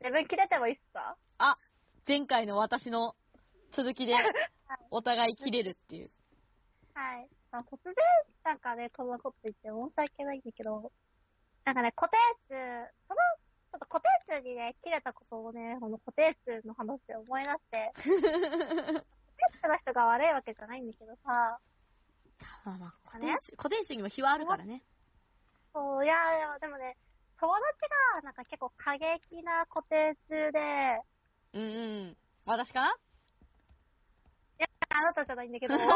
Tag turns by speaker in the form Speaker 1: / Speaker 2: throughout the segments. Speaker 1: 自分切れてもいいっすか
Speaker 2: 前回の私の続 きで、お互い切れるっていう。
Speaker 1: はい。まあ、突然、なんかね、こんなこと言って申し訳ないんだけど、なんかね、固定数、その、ちょっと固定数にね、切れたことをね、この固定数の話で思い出して、固定数の人が悪いわけじゃないんだけどさ、
Speaker 2: まあまあ、古典中、古典中にも日はあるからね。
Speaker 1: そう、いやいや、でもね、友達が、なんか結構過激な固定数で、
Speaker 2: うんうん。私かない
Speaker 1: や、あなたじゃないんだ けど、一よ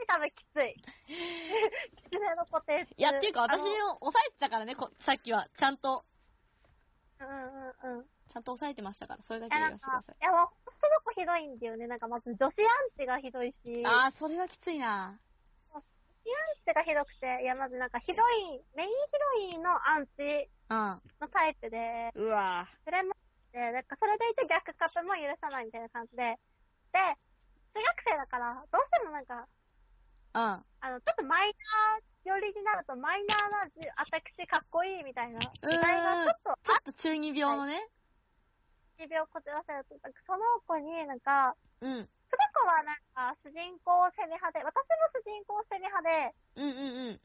Speaker 1: り多分きつい。 きつめの固定数。
Speaker 2: いや、っていうか私を
Speaker 1: あの
Speaker 2: 抑えてたからね、こさっきは。ちゃんと、
Speaker 1: うんうんうん。
Speaker 2: ちゃんと抑えてましたから、それだ
Speaker 1: い
Speaker 2: け
Speaker 1: や、な
Speaker 2: 言わ
Speaker 1: ん
Speaker 2: せてく
Speaker 1: か
Speaker 2: ださい、。
Speaker 1: いや、もう、その子ひどいんだよね。なんか、まず女子アンチがひどいし、女子アン
Speaker 2: あー、それはきついな。
Speaker 1: チがひどくて、いや、まずなんか、ヒロイン、メインヒロインのアンチ
Speaker 2: うん。
Speaker 1: のタイプで、
Speaker 2: うわ
Speaker 1: それも、で、なんか、それでいて逆カップも許さないみたいな感じで、で、中学生だから、どうしてもなんか、
Speaker 2: ぁ。うん。
Speaker 1: あの、ちょっとマイナー寄りになると、マイナーな、私かっこいいみたいな、
Speaker 2: うーん
Speaker 1: みたいな、ちょっと、
Speaker 2: ちょっと中二病のね。
Speaker 1: 疫病をこじらせると、なんかその子になんか、
Speaker 2: うん。
Speaker 1: その子はなんか、主人公攻め派で、私も主人公攻め派で、
Speaker 2: うんうんうん。
Speaker 1: 結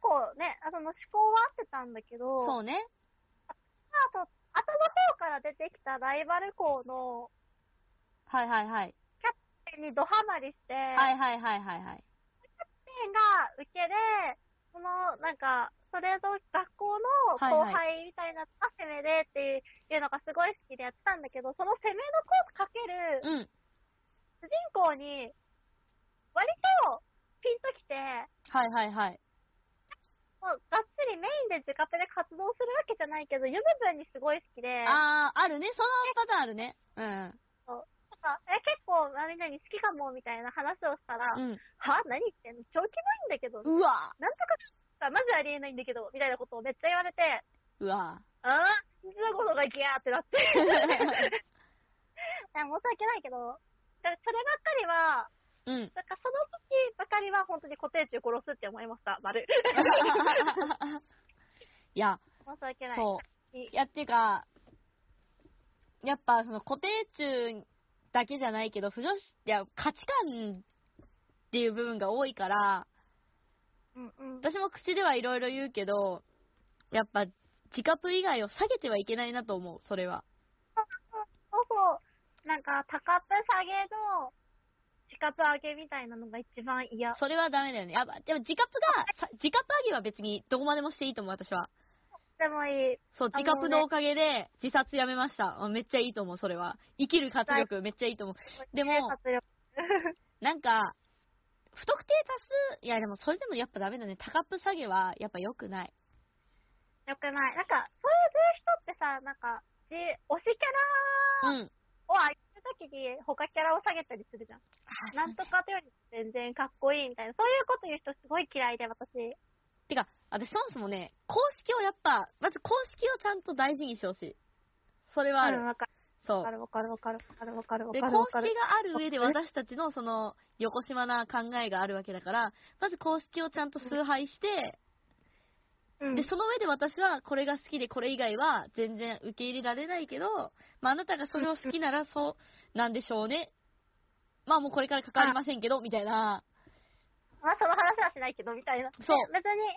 Speaker 1: 構ね、あの、思考は合ってたんだけど、
Speaker 2: そうね。
Speaker 1: あと、後の方から出てきたライバル校の、
Speaker 2: はいはいはい。
Speaker 1: にドハマりして、
Speaker 2: はいはいはいはいはい。
Speaker 1: ペンが受けで、その、なんか、それぞれ学校の後輩みたいなのが攻めでっていう,、のがすごい好きでやってたんだけど、その攻めのコースかける
Speaker 2: うん。
Speaker 1: 主人公に、割とピンときて、
Speaker 2: はいはいはい。
Speaker 1: もうがっつりメインで自カペで活動するわけじゃないけど、読む分にすごい好きで、なん
Speaker 2: あー、あるね。そのパターンあるね。うん。
Speaker 1: かえ結構みんなに好きかもみたいな話をしたら、
Speaker 2: うん。
Speaker 1: は何言ってんの超キモいんだけど、
Speaker 2: うわ
Speaker 1: なんとかさ、マジありえないんだけど、みたいなことをめっちゃ言われて、
Speaker 2: うわ
Speaker 1: ああ、うちのことがギャーってなって。 いや申し訳ないけど、だからそればっかりは、
Speaker 2: うん。
Speaker 1: なんかその時ばかりは本当に固定中殺すって思いました、 丸。
Speaker 2: いや、
Speaker 1: 申し訳ない。う。
Speaker 2: そう。いや、っていうか、やっぱその固定中だけじゃないけど、不女子いや価値観っていう部分が多いから、
Speaker 1: うんうん。
Speaker 2: 私も口ではいろいろ言うけど、やっぱ、自カプ以外を下げてはいけないなと思う、それは。
Speaker 1: そうそう。なんか、高っぺ下げの、自覚上げみたいなのが一番嫌。
Speaker 2: それはダメだよね。やっぱ、でも自カプが、さ自カプ上げは別にどこまでもしていいと思う、私は。
Speaker 1: でもいい。
Speaker 2: そう、
Speaker 1: あの
Speaker 2: 自カプのおかげで自殺やめました。あめっちゃいいと思う、それは。生きる活力めっちゃいいと思う。でも
Speaker 1: 活力
Speaker 2: なんか、不特定多数、いやでもそれでもやっぱダメだね。高っぷ下げはやっぱ良くない。
Speaker 1: よくない。なんか、そういう人ってさ、なんか、じ推しキャ
Speaker 2: う
Speaker 1: ラ
Speaker 2: ん。
Speaker 1: を上げるときに、他キャラを下げたりするじゃん。なんとかとより全然かっこいいみたいな。そういうこと言う人すごい嫌いで、私。
Speaker 2: てか、私そもそもね、公式をやっぱ、まず公式をちゃんと大事にしてほしい。それはある。
Speaker 1: うんわか
Speaker 2: そう。
Speaker 1: るわかるわかるわかるわかるわか
Speaker 2: で、
Speaker 1: るわかる
Speaker 2: 公
Speaker 1: わ
Speaker 2: 式
Speaker 1: か
Speaker 2: が
Speaker 1: る。
Speaker 2: ある上で私たちのその、横島な考えがあるわけだから、まず公式をちゃんと崇拝して、
Speaker 1: うん
Speaker 2: で、その上で私はこれが好きでこれ以外は全然受け入れられないけど、まあ、あなたがそれを好きならそうなんでしょうね。 まあもうこれから関わりませんけど、みたいな。
Speaker 1: まあ、その話はしないけど、みたいな。
Speaker 2: そう
Speaker 1: で別に、いい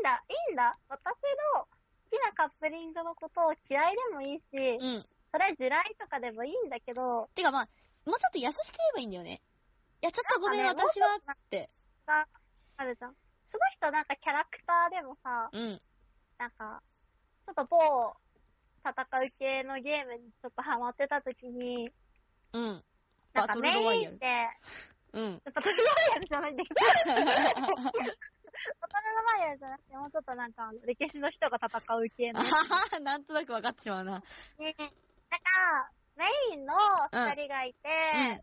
Speaker 1: んだ、いいんだ。私の好きなカップリングのことを嫌いでもいいし、
Speaker 2: うん。
Speaker 1: それは地雷とかでもいいんだけど、
Speaker 2: てかまあ、もうちょっと優しく言えばいいんだよね。いや、ちょっとごめん、
Speaker 1: なんかね
Speaker 2: 私は
Speaker 1: もうちょっと
Speaker 2: って。
Speaker 1: さ、あるじゃん。その人なんかキャラクターでもさ、
Speaker 2: うん。
Speaker 1: なんか、ちょっと某戦う系のゲームにちょっとハマってた時に、
Speaker 2: うん。
Speaker 1: なん
Speaker 2: バ
Speaker 1: か
Speaker 2: トル
Speaker 1: メ
Speaker 2: ロワイ
Speaker 1: イ
Speaker 2: ヤ
Speaker 1: ンっ
Speaker 2: ル。
Speaker 1: て、
Speaker 2: うん。
Speaker 1: バトルロワイヤルじゃないんだ けど、バトルロワイヤルじゃなくて、もうちょっとなんか、歴史の人が戦う系
Speaker 2: あ
Speaker 1: のやつ
Speaker 2: ははなんとなく分かってしまうな。
Speaker 1: ね、なんか、メインの二人がいて、
Speaker 2: うん。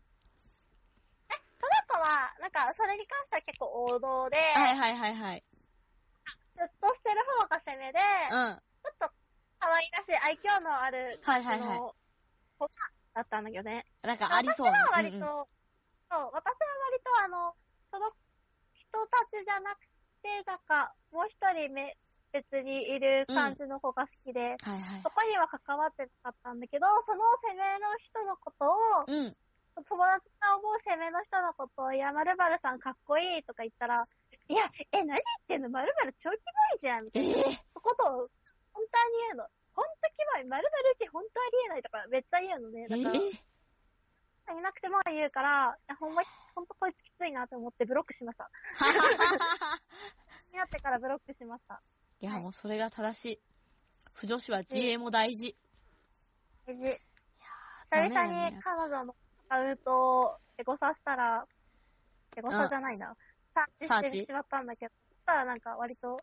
Speaker 1: その子は、なんか、それに関しては結構王道で、
Speaker 2: はいはいはいはい。
Speaker 1: シュッとしてる方が攻めで、
Speaker 2: うん。
Speaker 1: ちょっと可愛らしい愛嬌のある、
Speaker 2: はいはいは
Speaker 1: あ
Speaker 2: い
Speaker 1: の子だったんだけどね。
Speaker 2: なんかありそう
Speaker 1: 私
Speaker 2: な。
Speaker 1: は割と、
Speaker 2: うんうん
Speaker 1: そう、私は割とあの、その人たちじゃなくて、なんか、もう一人め、別にいる感じの子が好きで、
Speaker 2: はいはい
Speaker 1: そ。こには関わってなかったんだけど、その攻めの人のことを、
Speaker 2: うん。
Speaker 1: 友達が思う攻めの人のことを、いや、まるまるさんかっこいいとか言ったら、いや、え、何言ってんのまるまる超キモいじゃんみた
Speaker 2: え
Speaker 1: いな
Speaker 2: え
Speaker 1: ことを、本当に言うの。本当キモい。まるまるうち本当ありえないとか、めっちゃ言うのね。
Speaker 2: え
Speaker 1: だから、
Speaker 2: え
Speaker 1: いなくても言うから、いやほんま、ほんとこいつきついなと思ってブロックしました。
Speaker 2: はははは。
Speaker 1: になってからブロックしました。
Speaker 2: いや、もうそれが正しい。不女子は自衛も大事。
Speaker 1: 無事。
Speaker 2: ダ
Speaker 1: 久
Speaker 2: メだ
Speaker 1: 々
Speaker 2: よ
Speaker 1: に
Speaker 2: ね
Speaker 1: 彼女のアカウントをエゴサしたら、エゴサじゃないな。サ
Speaker 2: サ
Speaker 1: ー
Speaker 2: ー
Speaker 1: チ
Speaker 2: チ
Speaker 1: してしまったんだけど、そしたらなんか割と、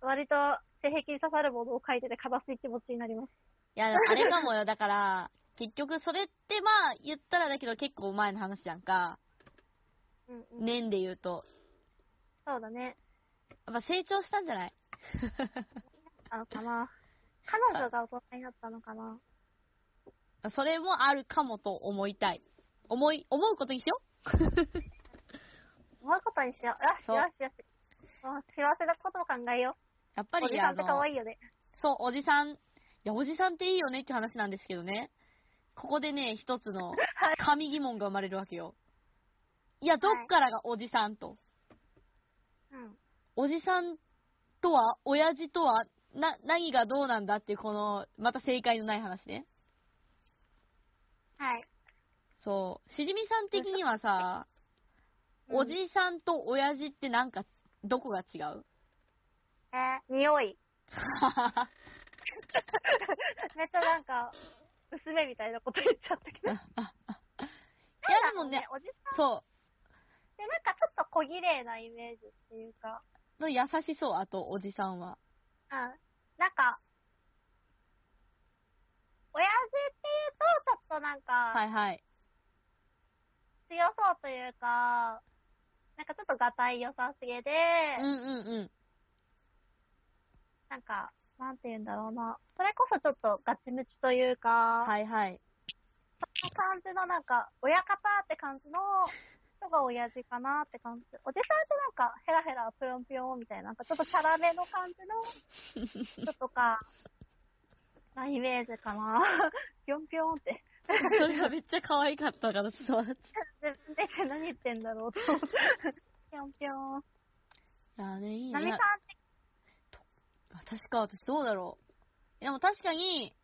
Speaker 1: 割と性癖に刺さるものを書いてて悲しい気持ちになります。
Speaker 2: いや、でもあれかもよ。だから、結局それってまあ言ったらだけど結構前の話じゃんか。
Speaker 1: うんうん。
Speaker 2: 年で言うと。
Speaker 1: そうだね。
Speaker 2: やっぱ成長したんじゃない
Speaker 1: あのかな。彼女が大人になったのかな。
Speaker 2: それもあるかもと思いたい。思い、思うことにしよ
Speaker 1: 思うことにしよう。よし
Speaker 2: そう
Speaker 1: よしよし。もう幸せなことも考えよう。
Speaker 2: う。やっぱり、
Speaker 1: おじさん
Speaker 2: あ
Speaker 1: って
Speaker 2: の、
Speaker 1: 可愛いよね。
Speaker 2: そう、おじさん、いや、おじさんっていいよねって話なんですけどね。ここでね、一つ の
Speaker 1: はい、
Speaker 2: 神疑問が生まれるわけよ。いや、どっからがおじさんと。
Speaker 1: うん。
Speaker 2: おじさんとは、親父とは、な、何がどうなんだっていう、この、また正解のない話ね。
Speaker 1: はい。
Speaker 2: そう。しじみさん的にはさ、
Speaker 1: うん
Speaker 2: おじさんと親父ってなんか、どこが違う
Speaker 1: え ー、匂い。めっちゃなんか、娘みたいなこと言っちゃったけど。い
Speaker 2: いやでもね、
Speaker 1: おじさん
Speaker 2: そう。
Speaker 1: ってなんかちょっと小綺麗なイメージっていうか、
Speaker 2: の優しそう、あと、おじさんは。
Speaker 1: うん。なんか、親父っていうと、ちょっとなん
Speaker 2: は
Speaker 1: か、
Speaker 2: いはい。
Speaker 1: 強そうというか、なんかちょっとがたい良さすげで、
Speaker 2: うんうんうん。
Speaker 1: なんか、なんて言うんだろうな。それこそちょっとガチムチというか、
Speaker 2: はいはい。
Speaker 1: そんな感じのなんか、親方って感じの人が親父かなって感じ。おじさんってなんか、ヘラヘラぷよんぷよんみたいな、なんかちょっとチャラめの感じの人とか、なイメージかな。ぴょんぴょんって。
Speaker 2: それがめっちゃ可愛かったから、ちょっと笑っち
Speaker 1: 自分で何言ってんだろうと思って。ぴょんぴょん。
Speaker 2: ゃう。いやね、いい
Speaker 1: な
Speaker 2: ね。
Speaker 1: み
Speaker 2: い
Speaker 1: さん
Speaker 2: や
Speaker 1: って、
Speaker 2: 確か、私どうだろう。でも確かに、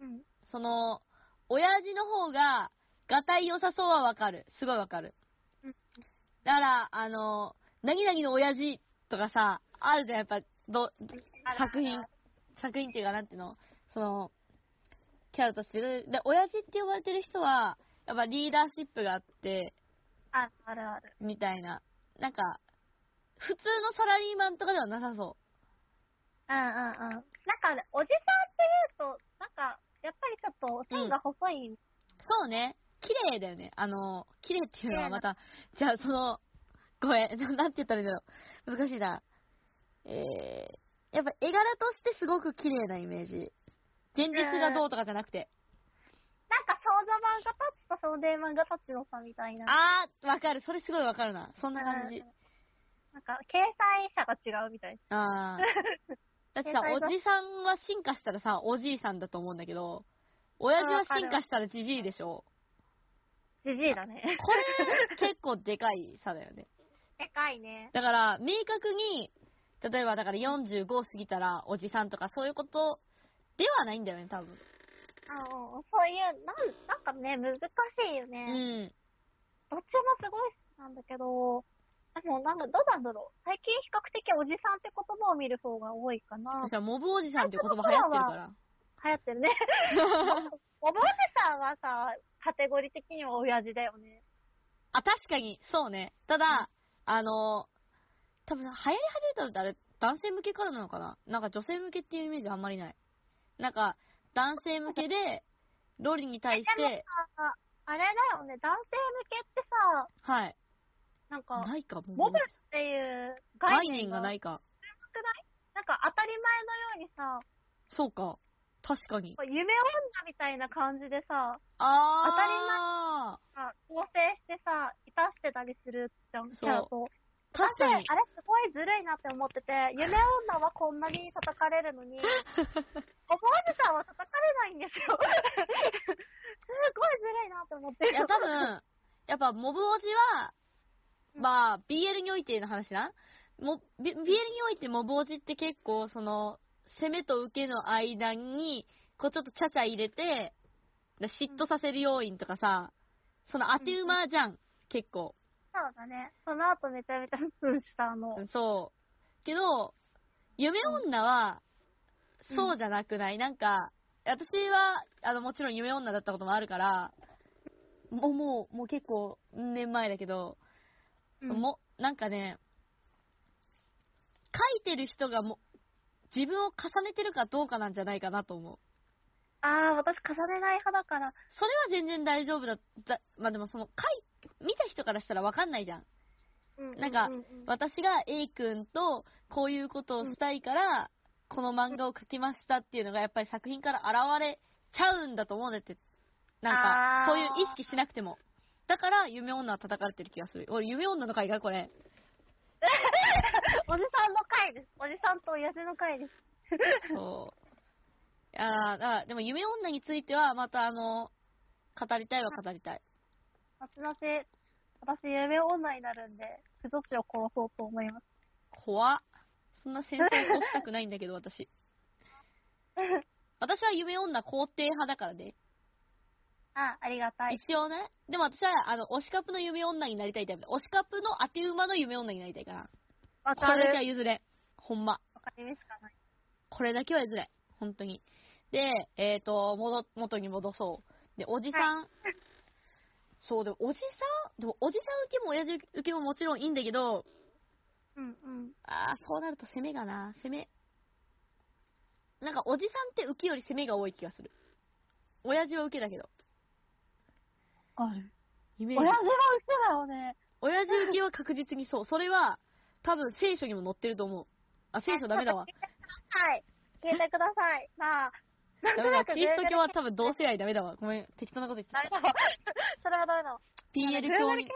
Speaker 1: うん。
Speaker 2: その、親父の方が、がたい良さそうはわかる。すごいわかる
Speaker 1: うん。
Speaker 2: だから、あの、何々の親父とかさ、あるじゃん、やっぱ、ど、作品、作品っていうか、なんていうのその、キャラとしてる。で、親父って呼ばれてる人は、やっぱリーダーシップがあって、
Speaker 1: あるあるある。
Speaker 2: みたいな。なんか、普通のサラリーマンとかではなさそ
Speaker 1: うんうんうん。なんかね、おじさんって言うと、なんか、やっぱりちょっと線が細い、
Speaker 2: う。そうね。綺麗だよね。あの、綺麗っていうのはまた、じゃあその、ごめん、な なんて言ったらいいんだろう。難しいな。えー、やっぱ絵柄としてすごく綺麗なイメージ。現実がどうとかじゃなくて。
Speaker 1: なんか少女漫画タッチと少年漫画タッチの差みたいな。
Speaker 2: あー、わかる。それすごいわかるな。そんな感じ。
Speaker 1: なんか、掲載者が違うみたい
Speaker 2: ああ。 だってさ、
Speaker 1: 携帯が
Speaker 2: おじさんは進化したらさ、おじいさんだと思うんだけど、親父は進化したらじじいでしょ。
Speaker 1: な。じじいだね。
Speaker 2: こ れ、結構でかい差だよね。
Speaker 1: でかいね。
Speaker 2: だから、明確に、例えばだから45過ぎたらおじさんとかそういうことではないんだよね、多分。
Speaker 1: あの、そういう、なん、なんかね、難しいよ
Speaker 2: う
Speaker 1: ね。
Speaker 2: ん。
Speaker 1: どっちもすごいなんだけど、でもなんか、どうなんだろう。最近比較的おじさんって言葉を見る方が多いかな
Speaker 2: そし。たら、モブおじさんっていう言葉流行ってるから。
Speaker 1: 流行ってるね。 おぼおじさんはさ、カテゴリー的には親父だよね。
Speaker 2: あ、確かに、そうね。ただ、あの、多分流行り始めたのってあれ、男性向けからなのかななんか女性向けっていうイメージあんまりない。なんか、男性向けで、ロリに対して、
Speaker 1: ああれだよね、男性向けってさ、
Speaker 2: はい。
Speaker 1: なんか、
Speaker 2: ないか、も
Speaker 1: モ
Speaker 2: う
Speaker 1: ブ。っていう概
Speaker 2: 概念
Speaker 1: 念
Speaker 2: が
Speaker 1: が
Speaker 2: ないか。
Speaker 1: 少ないなんか当たり前のようにさ、
Speaker 2: そうか。確かに。
Speaker 1: 夢女みたいな感じでさ、
Speaker 2: あー。
Speaker 1: 当たり構成してさ、いたしてたりするじゃん、キ
Speaker 2: そう
Speaker 1: ャラと。
Speaker 2: 確かに
Speaker 1: 私。あれすごいずるいなって思ってて、夢女はこんなに叩かれる のに、おぼあずさんは叩かれないんですよ。 すごいずるいなって思ってる。
Speaker 2: いや、多分、やっぱ、モブおじは、まあ、BL においての話な。も、B- BL においてモブおじって結構、その、攻めと受けの間に、こうちょっとちゃちゃ入れて、だ嫉妬させる要因とかさ、その当て馬じゃん、結構。
Speaker 1: そうだね。その後めちゃめちゃふんしたあの。
Speaker 2: そう。けど、夢女
Speaker 1: うん
Speaker 2: は、そうじゃなくない、なんか、私は、あの、もちろん夢女だったこともあるから、もう、もう、もう結構、年前だけど、
Speaker 1: うん
Speaker 2: も、なんかね、書いてる人がも、自分を重ねてるかどうかなんじゃないかなと思う。
Speaker 1: ああ、私重ねない派だから。
Speaker 2: それは全然大丈夫だ、だまあでもその、書い、見た人からしたらわかんないじゃん。
Speaker 1: ううう
Speaker 2: なんか
Speaker 1: うん
Speaker 2: 私が A 君とこういうことをしたいから、この漫画を描きましたっていうのがやっぱり作品から現れちゃうんだと思うんだって。なん
Speaker 1: あ
Speaker 2: か、
Speaker 1: ー
Speaker 2: そういう意識しなくても。だから、夢女は叩かれてる気がする。俺、夢女の回がこれ。
Speaker 1: おじさんの回です。おじさんとおやじの回です。
Speaker 2: そう。ああ、でも夢女については、またあの、語りたいは語りたい。
Speaker 1: 後々、私、夢女になるんで、不女子を殺そうと思います。
Speaker 2: 怖っ。そんな戦争起こしたくないんだけ ど、私。私は夢女肯定派だからね。
Speaker 1: あ、ありがたい。
Speaker 2: 一応ね。でも私は、あの、推しカップの夢女になりたいタイプだ。推しカップの当て馬の夢女になりたいから。
Speaker 1: わ
Speaker 2: こ
Speaker 1: か
Speaker 2: れだけは
Speaker 1: る。
Speaker 2: 譲れん。ほんま。
Speaker 1: わかりみしかない。
Speaker 2: これだけは譲れん。本当に。で、えっ、と、戻、元に戻そう。で、おじさん。そう、でもおじさんでもおじさん受けも親父受けももちろんいいんだけど、
Speaker 1: うんうん。
Speaker 2: あー、そうなると攻めがな。攻め。なんか、おじさんって受けより攻めが多い気がする。親父は受けだけど。
Speaker 1: わかる。
Speaker 2: イメー
Speaker 1: 親
Speaker 2: ジ
Speaker 1: 父は嘘だよね。
Speaker 2: 親父受けは確実にそう。それは、多分聖書にも載ってると思う。あ、聖書ダメだわ。
Speaker 1: はい。消えてください。まあ、
Speaker 2: ダメだわ。
Speaker 1: なんとなく
Speaker 2: キリスト教は多分同性愛ダメだわ。ごめん、適当なこと言って
Speaker 1: ダメだわ。 それはダメだわ。
Speaker 2: た。PL 教に。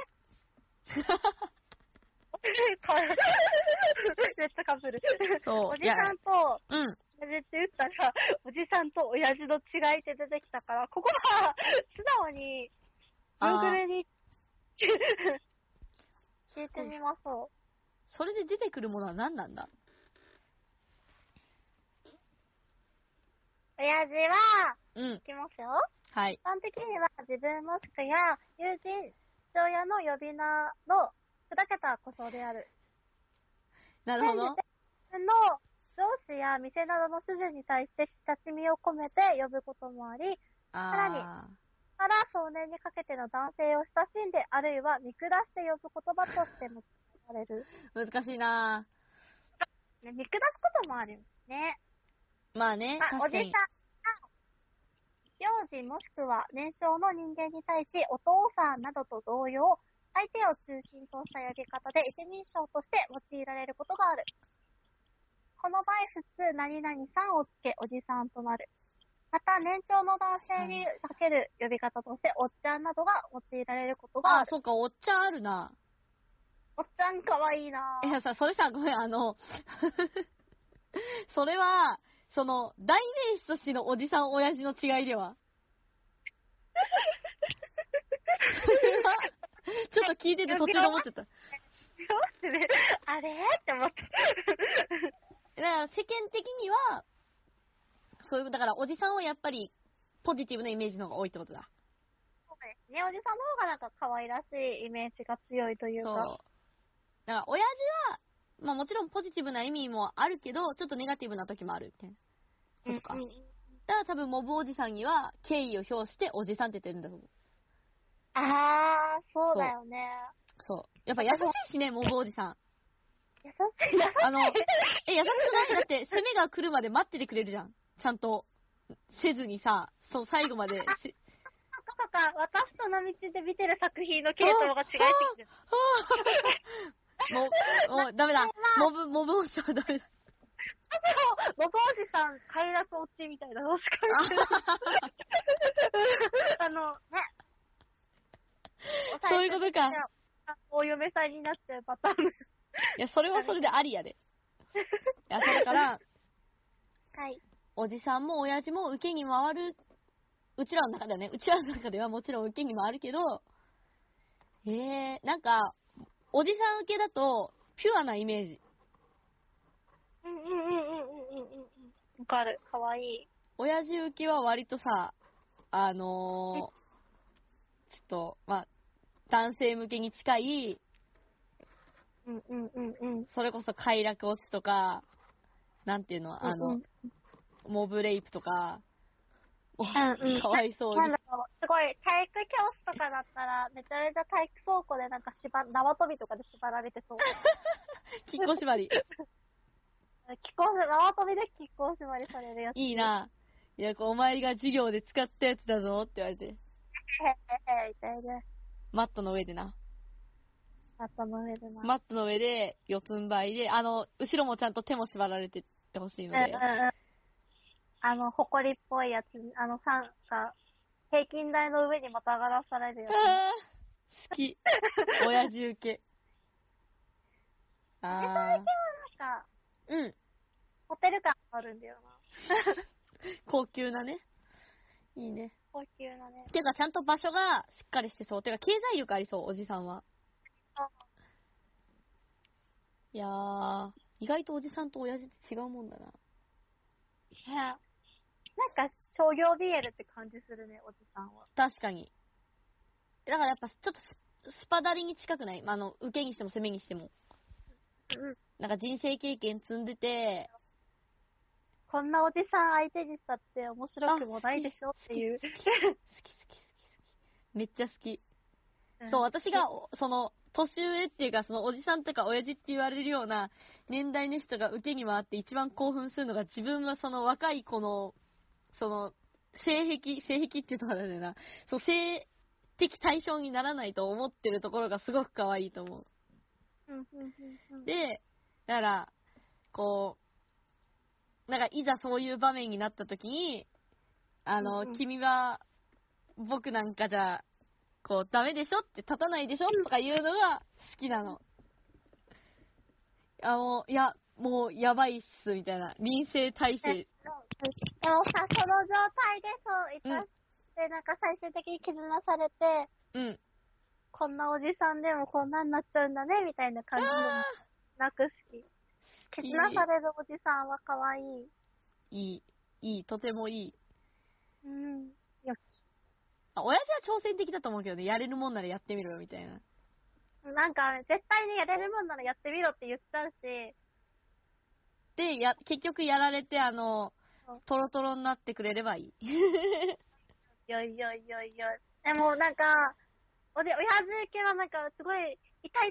Speaker 1: かぶる。 めっちゃかぶる。
Speaker 2: そう
Speaker 1: おじさんと、
Speaker 2: うん。
Speaker 1: 親父って言ったら、 おじさんと親父の違いって出てきたから、ここは、素直に、
Speaker 2: あー
Speaker 1: Google に、 聞いてみましょ
Speaker 2: それで出てくるものは何なんだ
Speaker 1: う。親父は、
Speaker 2: うん。
Speaker 1: いきますよ。
Speaker 2: は
Speaker 1: 一。
Speaker 2: い
Speaker 1: 般的には自分もしくや友人、父親の呼び名の砕けた故障である。
Speaker 2: なるほ
Speaker 1: 自
Speaker 2: ど。
Speaker 1: 分の上司や店などの主人に対して親しみを込めて呼ぶこともあり、らに
Speaker 2: あ
Speaker 1: から少年にかけての男性を親しんで、あるいは見下して呼ぶ言葉としても使われる。
Speaker 2: ー、難しいな
Speaker 1: ね、見下すこともあるよね。
Speaker 2: ぁまあね、
Speaker 1: まあ、お
Speaker 2: 確
Speaker 1: じ
Speaker 2: か
Speaker 1: さん
Speaker 2: に。
Speaker 1: が、幼児もしくは年少の人間に対し、お父さんなどと同様、相手を中心とした呼び方で一人称として用いられることがある。この場合、普通、何々さんをつけ、おじさんとなる。また、年長の男性にかける呼び方として、おっちゃんなどが用いられることがあ
Speaker 2: あ
Speaker 1: る
Speaker 2: ー、。そうか、おっちゃんあるな
Speaker 1: おっちゃんかわいいなぁ。
Speaker 2: いやさ、それさ、ごめん、あの、 それは、その、代名詞としてのおじさん、親父の違いで は。それは、ちょっと聞いてて途中で思っちゃった。だか
Speaker 1: するあれって思って。
Speaker 2: ら世間的には、そういう、だからおじさんはやっぱり、ポジティブなイメージの方が多いってことだ。
Speaker 1: そうですね、おじさんの方がなんか可愛らしいイメージが強いという
Speaker 2: そう。
Speaker 1: か。
Speaker 2: だから親父は、まあもちろんポジティブな意味もあるけど、ちょっとネガティブな時もあるみたいなことか。
Speaker 1: んん
Speaker 2: だから多分モブおじさんには敬意を表しておじさんって言ってるんだと思う。
Speaker 1: あー、そうだよね。
Speaker 2: そう。やっぱ優しいしね、モブおじさん。
Speaker 1: 優しいな。
Speaker 2: あの、え、優しくないだって、攻めが来るまで待っててくれるじゃん。ちゃんと、せずにさ、そう、最後までし、
Speaker 1: そこそか、私との道で見てる作品の系統が違いすぎてる。
Speaker 2: もう、もう、ダメだ。モブ、モブおじさんはダメだ。
Speaker 1: もう、僕おじさん、快楽落ちみたいなのしか言ってないあの、ね。
Speaker 2: そういうことか
Speaker 1: お嫁さんになっちゃうパターン。
Speaker 2: いや、それはそれでありやで。いや、そうだから、
Speaker 1: はい。
Speaker 2: おじさんも親父も受けに回る、うちらの中ではね、うちらの中ではもちろん受けに回るけど、ええなんか、おじさん受けだと、ピュアなイメージ。
Speaker 1: うんうんうんうんうんうんうん。わかる。かわいい。
Speaker 2: 親父受けは割とさ、あのーちょっと、まあ、男性向けに近い、
Speaker 1: うんうんうんうん。
Speaker 2: それこそ快楽落ちとか、なんていうの、あ
Speaker 1: うんう
Speaker 2: の
Speaker 1: ん、、
Speaker 2: モブレイプとか、お
Speaker 1: うんうん
Speaker 2: かわいそう
Speaker 1: な
Speaker 2: に
Speaker 1: んだろう、すごい、体育教室とかだったら、めちゃめちゃ体育倉庫でなんか縛、縄跳びとかで縛られてそう。
Speaker 2: きっこ縛り。
Speaker 1: 気候、縄跳びで気候縛りされるやつ。
Speaker 2: いいな。いや、こうお前が授業で使ったやつだぞって言われて。
Speaker 1: へへへ、みたいな。
Speaker 2: マットの上でな。
Speaker 1: 頭の上でな。
Speaker 2: マットの上で、四つん這いで、あの、後ろもちゃんと手も縛られてってほしいの
Speaker 1: うんうん
Speaker 2: で。
Speaker 1: うん。あの、ほこりっぽいやつ、あの、さんか、平均台の上にまたがらされるやつ。
Speaker 2: あー好き。親父受け。あ
Speaker 1: なんか、
Speaker 2: ーうん。
Speaker 1: ホテル感あるんだよな。
Speaker 2: 高級なね。いいね。
Speaker 1: 高級なね。
Speaker 2: ていうか、ちゃんと場所がしっかりしてそう。ていうか、経済力ありそう、おじさんは
Speaker 1: あ。
Speaker 2: いやー、意外とおじさんと親父って違うもんだな。
Speaker 1: ねなんか、商業 BL って感じするね、おじさんは。
Speaker 2: 確かに。だからやっぱ、ちょっとス、スパダリに近くない、まあ、あの、受けにしても攻めにしても。
Speaker 1: うん。
Speaker 2: なんか人生経験積んでて、
Speaker 1: こんなおじさん相手にしたって面白くもないでしょっていう。
Speaker 2: 好き好き好き好き。めっちゃ好き。
Speaker 1: ん
Speaker 2: そう、私が、おその、年上っていうか、そのおじさんとか親父って言われるような年代の人が受けに回って一番興奮するのが自分はその若い子の、その、性癖、性癖って言うとあれだよな、そう、性的対象にならないと思ってるところがすごく可愛いと思う。
Speaker 1: うんうんうんうん
Speaker 2: で、だから、こう、なんかいざそういう場面になった時に、あの、
Speaker 1: うんうん
Speaker 2: 君は僕なんかじゃ、こう、ダメでしょって立たないでしょとか言うのが好きなの。あの、いや、もうやばいっす、みたいな。臨性体制。
Speaker 1: でもさ、その状態でそう、いたして、なんか最終的に絆されて、
Speaker 2: うん。
Speaker 1: こんなおじさんでもこんなになっちゃうんだね、みたいな感じも
Speaker 2: あ
Speaker 1: なく好き。
Speaker 2: 好き
Speaker 1: 絆されるおじさんは可愛い。
Speaker 2: いい、いい、とてもいい。
Speaker 1: うん。よし。
Speaker 2: あ、親父は挑戦的だと思うけどね、やれるもんならやってみろよ、みたいな。
Speaker 1: なんか、絶対にやれるもんならやってみろって言っちゃうし、
Speaker 2: で、や、結局やられて、あの
Speaker 1: そう、
Speaker 2: トロトロになってくれればい い。
Speaker 1: よいよいよいよい。でもなんか、おで、親父系はなんか、すごい、痛々し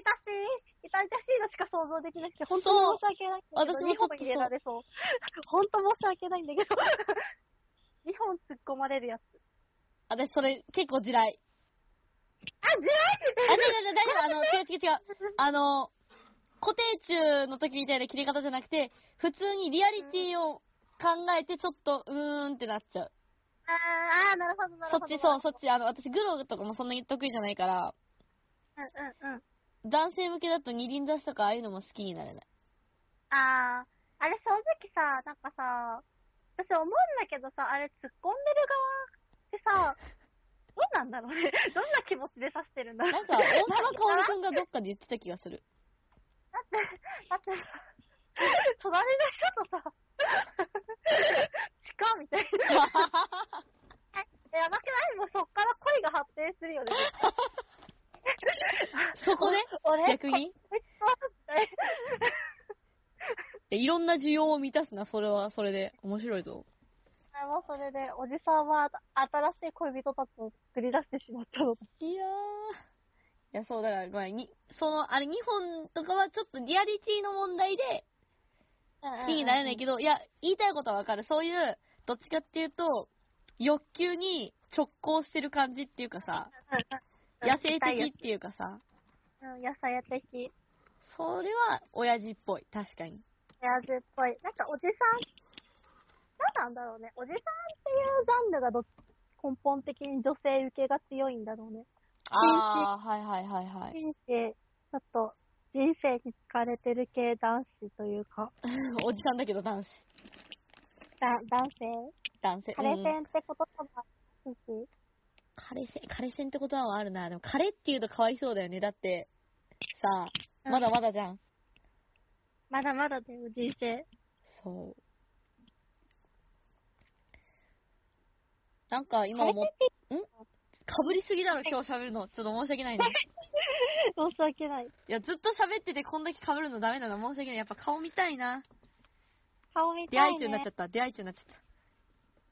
Speaker 1: い、痛々しいのしか想像できなくて、本当に申し訳ないんだけど、
Speaker 2: そう私も
Speaker 1: 2本
Speaker 2: ちょっとそう
Speaker 1: 入れられそう。 本当申し訳ないんだけど、2本突っ込まれるやつ。
Speaker 2: あ、私それ結構地雷。
Speaker 1: あ、ずる
Speaker 2: あ、違う違う違う、大丈 夫。あ
Speaker 1: い
Speaker 2: の、違う違う違う。あの、固定中の時みたいな切り方じゃなくて、普通にリアリティを考えてちょっと、うーんってなっちゃう。
Speaker 1: あーあー、なるほど、なる
Speaker 2: そ
Speaker 1: ほ
Speaker 2: っ
Speaker 1: ど。
Speaker 2: ち、そう、そっち、あの、私グローとかもそんなに得意じゃないから、
Speaker 1: うんうんうん。
Speaker 2: 男性向けだと二輪差しとかああいうのも好きになれない。
Speaker 1: ああ、あれ正直さ、なんかさ、私思うんだけどさ、あれ突っ込んでる側ってさ、どうなんだろうね。 どんな気持ちで刺してるんだろう
Speaker 2: な んか、大沢かおりくんがどっかで言ってた気がする。
Speaker 1: だって、だってさ、隣の人とさ、 近みたいな。 え、やばくないもうそっから恋が発展するよね。
Speaker 2: そこで
Speaker 1: 俺
Speaker 2: 逆に
Speaker 1: こいつはみたい
Speaker 2: いろんな需要を満たすな、それは、それで。面白いぞ。
Speaker 1: な。もうそれで、おじさんは新しい恋人たちを作り出してしまったの。
Speaker 2: いやー。いや、そう、だから、ごめん、に、その、あれ、2本とかはちょっとリアリティの問題で好きになれない
Speaker 1: ど。
Speaker 2: けど、いや、言いたいことはわかる。そういう、どっちかっていうと、欲求に直行してる感じっていうかさ、野生的っていうかさ、
Speaker 1: うん、野菜的。
Speaker 2: それは親父っぽい、確かに。
Speaker 1: 野獣っぽい。なんかおじさん、なんなんだろうね。おじさんっていうジャンルがどっ根本的に女性受けが強いんだろうね。
Speaker 2: あー、はいはいはいはい。
Speaker 1: 紳士、ちょっと、人生に疲れてる系男子というか、
Speaker 2: おじさんだけど男子。
Speaker 1: だ男性、
Speaker 2: 男性。
Speaker 1: カレー
Speaker 2: うん
Speaker 1: 戦ってことかもあるし、
Speaker 2: 枯れ線、枯れ線って言葉はあるな。でも枯れっていうとかわいそうだよね。だって、さ
Speaker 1: う
Speaker 2: あ、
Speaker 1: ん
Speaker 2: まだまだじゃん。
Speaker 1: まだまだだよ、人生。
Speaker 2: そう。なんか今
Speaker 1: 枯れ
Speaker 2: 思
Speaker 1: て
Speaker 2: っ
Speaker 1: って
Speaker 2: かぶりすぎだろ、今日喋るの。ちょっと申し 訳ないね。
Speaker 1: 申し訳ない。
Speaker 2: いや、ずっと喋っててこんだけかぶるのダメなの申し訳ない。やっぱ顔見たいな。
Speaker 1: 顔見
Speaker 2: 出
Speaker 1: た
Speaker 2: 会
Speaker 1: い、
Speaker 2: い中
Speaker 1: ね。
Speaker 2: になっちゃった。出会い中になっちゃっ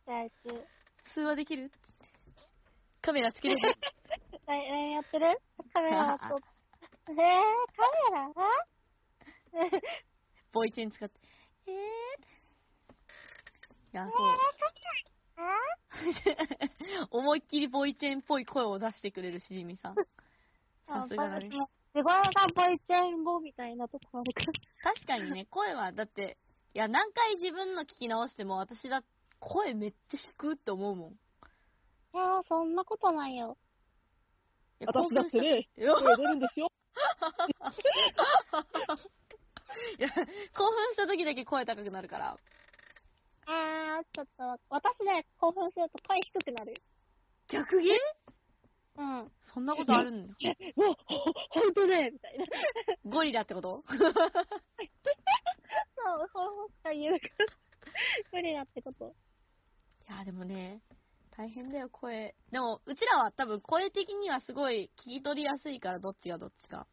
Speaker 1: 出会い中。
Speaker 2: た。通話できるカメラつ けれる
Speaker 1: ライン LINE やってるカメラを撮って。えー、カメラはえー、カメ
Speaker 2: ボイチェン使って。えーいや、
Speaker 1: ラは
Speaker 2: そう。 思いっきりボイチェンっぽい声を出してくれるしじみさん。さすがだね。
Speaker 1: すごいがボイチェン語みたいなとこあるから。
Speaker 2: 確かにね、声は、だって、いや、何回自分の聞き直しても、私だ、声めっちゃ低って思うもん。い
Speaker 1: い やー、そんなことないよ。
Speaker 2: や
Speaker 3: 私だって。ね、
Speaker 2: 興
Speaker 3: 声
Speaker 2: 奮した
Speaker 3: 出るんですよ。
Speaker 2: いや、興奮した時だけ声高くなるから。
Speaker 1: あー、ちょっと、私ね、興奮すると声低くなる。
Speaker 2: 逆ギレ
Speaker 1: うん。
Speaker 2: そんなことあるんだ。
Speaker 1: もう、ほ、ほんとね、みたいな。
Speaker 2: ゴリラってこと
Speaker 1: そう、ほんとしか言えなくなる。無理だってこと。
Speaker 2: いや、でもね、大変だよ、声。でも、うちらは多分声的にはすごい聞き取りやすいから、どっちがどっちか。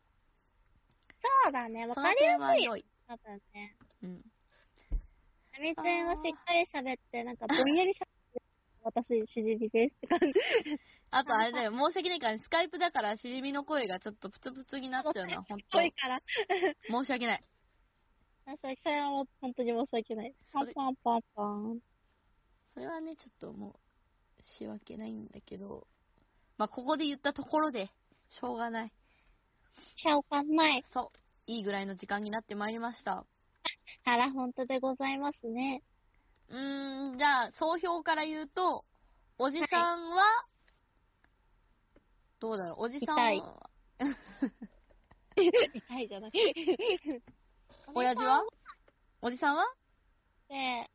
Speaker 1: そうだね、わかりや
Speaker 2: その点は
Speaker 1: すいよ。
Speaker 2: 良い。
Speaker 1: 多分ね。
Speaker 2: うん。
Speaker 1: あみちゃんはしっかり喋って、なんかぼんやり喋って、私、しじみですって感じ。
Speaker 2: あとあれだよ、申し訳ないから、スカイプだから、しじみの声がちょっとプツプツになっちゃうの は、ほんと
Speaker 1: ぽ。いから。
Speaker 2: 申し訳ない。
Speaker 1: あそれそれはもう本当に申し訳ない。
Speaker 2: そ
Speaker 1: パン
Speaker 2: れ
Speaker 1: パンパンパン。
Speaker 2: それはね、ちょっともう、仕訳ないんだけど、まあ、ここで言ったところで、しょうがない。
Speaker 1: しょうがない。
Speaker 2: そう、いいぐらいの時間になってまいりました。
Speaker 1: あら、本当でございますね。
Speaker 2: うーん、じゃあ、総評から言うと、おじさんは、どうだろう、おじさん
Speaker 1: 痛い
Speaker 2: は、
Speaker 1: 痛いじゃない。
Speaker 2: 親父は
Speaker 1: おじ
Speaker 2: おじさんは
Speaker 1: さんって、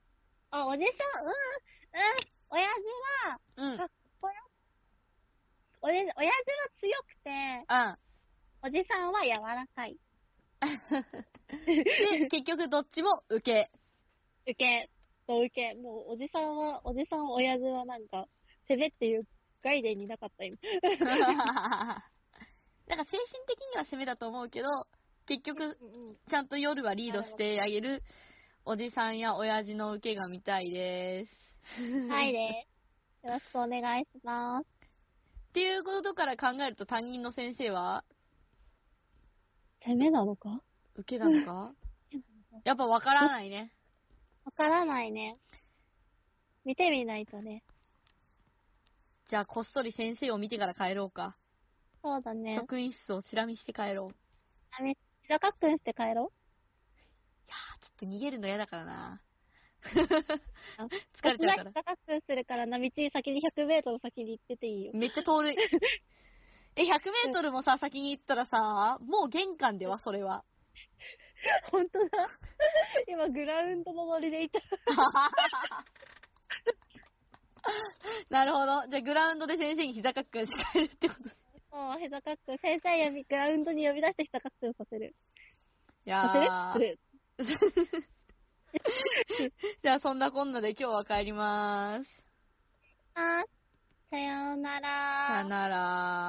Speaker 1: あ、おじさん、うん、うん、親父は、
Speaker 2: うん、
Speaker 1: おじ、親父は強くて、
Speaker 2: あ
Speaker 1: おじさんは柔らか い。
Speaker 2: で、結局どっちも受け。
Speaker 1: 受け、と受け。もう、おじさんは、おじさん、親父はなんか、攻めっていう概念になかった 今。
Speaker 2: なんか精神的には攻めだと思うけど、結局ちゃんと夜はリードしてあげるおじさんや親父の受けが見たいです。
Speaker 1: はいです。よろしくお願いします。
Speaker 2: っていうことから考えると担任の先生は
Speaker 1: 攻めなのかわ
Speaker 2: 受けなの かやっぱわからないね。
Speaker 1: からないね。見てみないとね。
Speaker 2: じゃあこっそり先生を見てから帰ろうか。
Speaker 1: そうだね。
Speaker 2: 職員室をチラ見して帰ろう。い
Speaker 1: あめ、白かっくんして帰ろ
Speaker 2: やー、ちょっと逃げるの嫌だから な。
Speaker 1: う。あ
Speaker 2: 疲れちゃうから
Speaker 1: 僕。が白かっくんするから、なみち先に100メートル先に行ってていいよ。
Speaker 2: めっちゃ遠い。え、100メートルもさ、先に行ったらさ、もう玄関では、それは。
Speaker 1: 本当だ。今、グラウンドのノリでい た。
Speaker 2: なるほど。じゃあ、グラウンドで先生に膝かっくんして帰るってこと。い
Speaker 1: もう、膝かっくん、先生呼び、グラウンドに呼び出して膝かっくんさせる。
Speaker 2: や
Speaker 1: させ
Speaker 2: ー。
Speaker 1: る
Speaker 2: じゃあ、そんなこんなで今日は帰ります。
Speaker 1: あ、さようなら。
Speaker 2: さよなら